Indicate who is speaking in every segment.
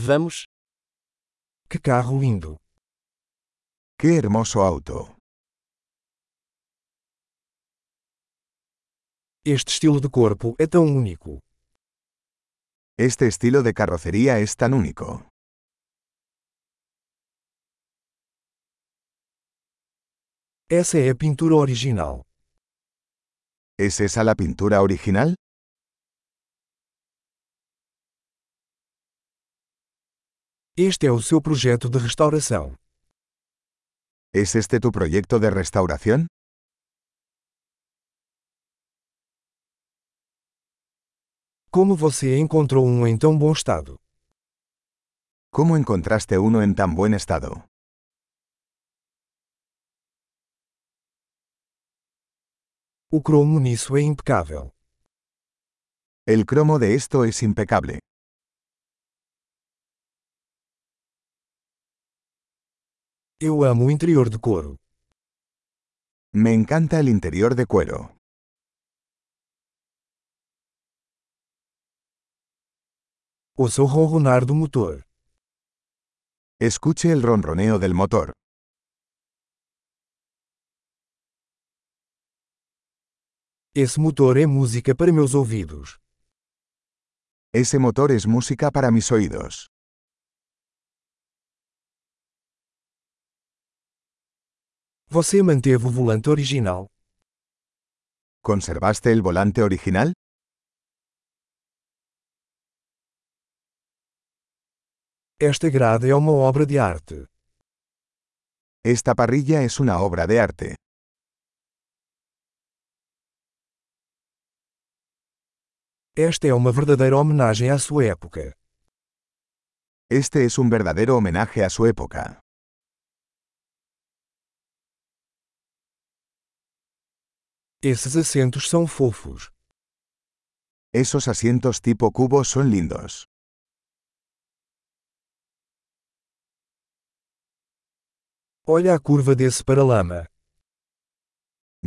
Speaker 1: Vamos.
Speaker 2: Que carro lindo.
Speaker 3: Qué hermoso auto.
Speaker 2: Este estilo de corpo é tão único.
Speaker 3: Este estilo de carrocería es tan único.
Speaker 2: Essa é a pintura original.
Speaker 3: ¿Es esa la pintura original?
Speaker 2: Este é o seu projeto de restauração.
Speaker 3: ¿Es este tu proyecto de restauración?
Speaker 2: Como você encontrou um em tão bom estado?
Speaker 3: ¿Cómo encontraste uno en tan buen estado?
Speaker 2: O cromo nisso é impecável.
Speaker 3: El cromo de esto es impecable.
Speaker 2: Eu amo o interior de couro.
Speaker 3: Me encanta el interior de cuero.
Speaker 2: Ouça o ronronar do motor.
Speaker 3: Escuche el ronroneo del motor.
Speaker 2: Esse motor é música para meus ouvidos.
Speaker 3: Ese motor es música para mis oídos.
Speaker 2: Você manteve o volante original.
Speaker 3: ¿Conservaste el volante original?
Speaker 2: Esta grade é uma obra de arte.
Speaker 3: Esta parrilla es una obra de arte.
Speaker 2: Esta é uma verdadeira homenagem à sua época.
Speaker 3: Este es un verdadero homenaje a su época.
Speaker 2: Esses assentos são fofos.
Speaker 3: Esos asientos tipo cubo son lindos.
Speaker 2: Olha a curva desse paralama.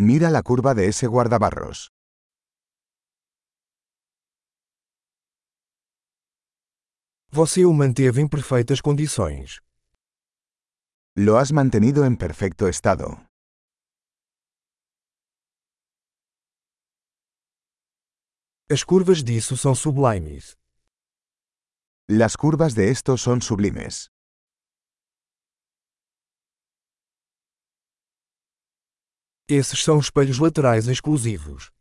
Speaker 3: Mira la curva de ese guardabarros.
Speaker 2: Você o manteve em perfeitas condições.
Speaker 3: Lo has mantenido en perfecto estado.
Speaker 2: As curvas disso são sublimes.
Speaker 3: Las curvas de esto son sublimes.
Speaker 2: Esses são espelhos laterais exclusivos.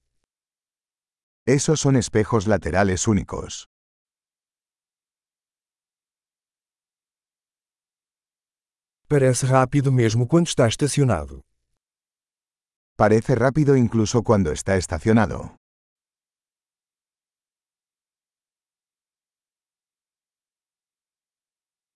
Speaker 3: Esos son espejos laterales únicos.
Speaker 2: Parece rápido mesmo quando está estacionado.
Speaker 3: Parece rápido incluso cuando está estacionado.